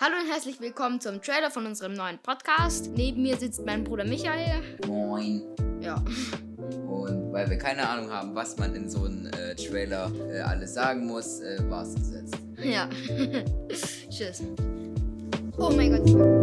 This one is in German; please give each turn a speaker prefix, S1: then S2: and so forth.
S1: Hallo und herzlich willkommen zum Trailer von unserem neuen Podcast. Neben mir sitzt mein Bruder Michael.
S2: Moin.
S1: Ja,
S2: Und weil wir keine Ahnung haben, was man in so einem äh, Trailer äh, alles sagen muss, äh, war es gesetzt.
S1: ja. Tschüss. Oh mein Gott.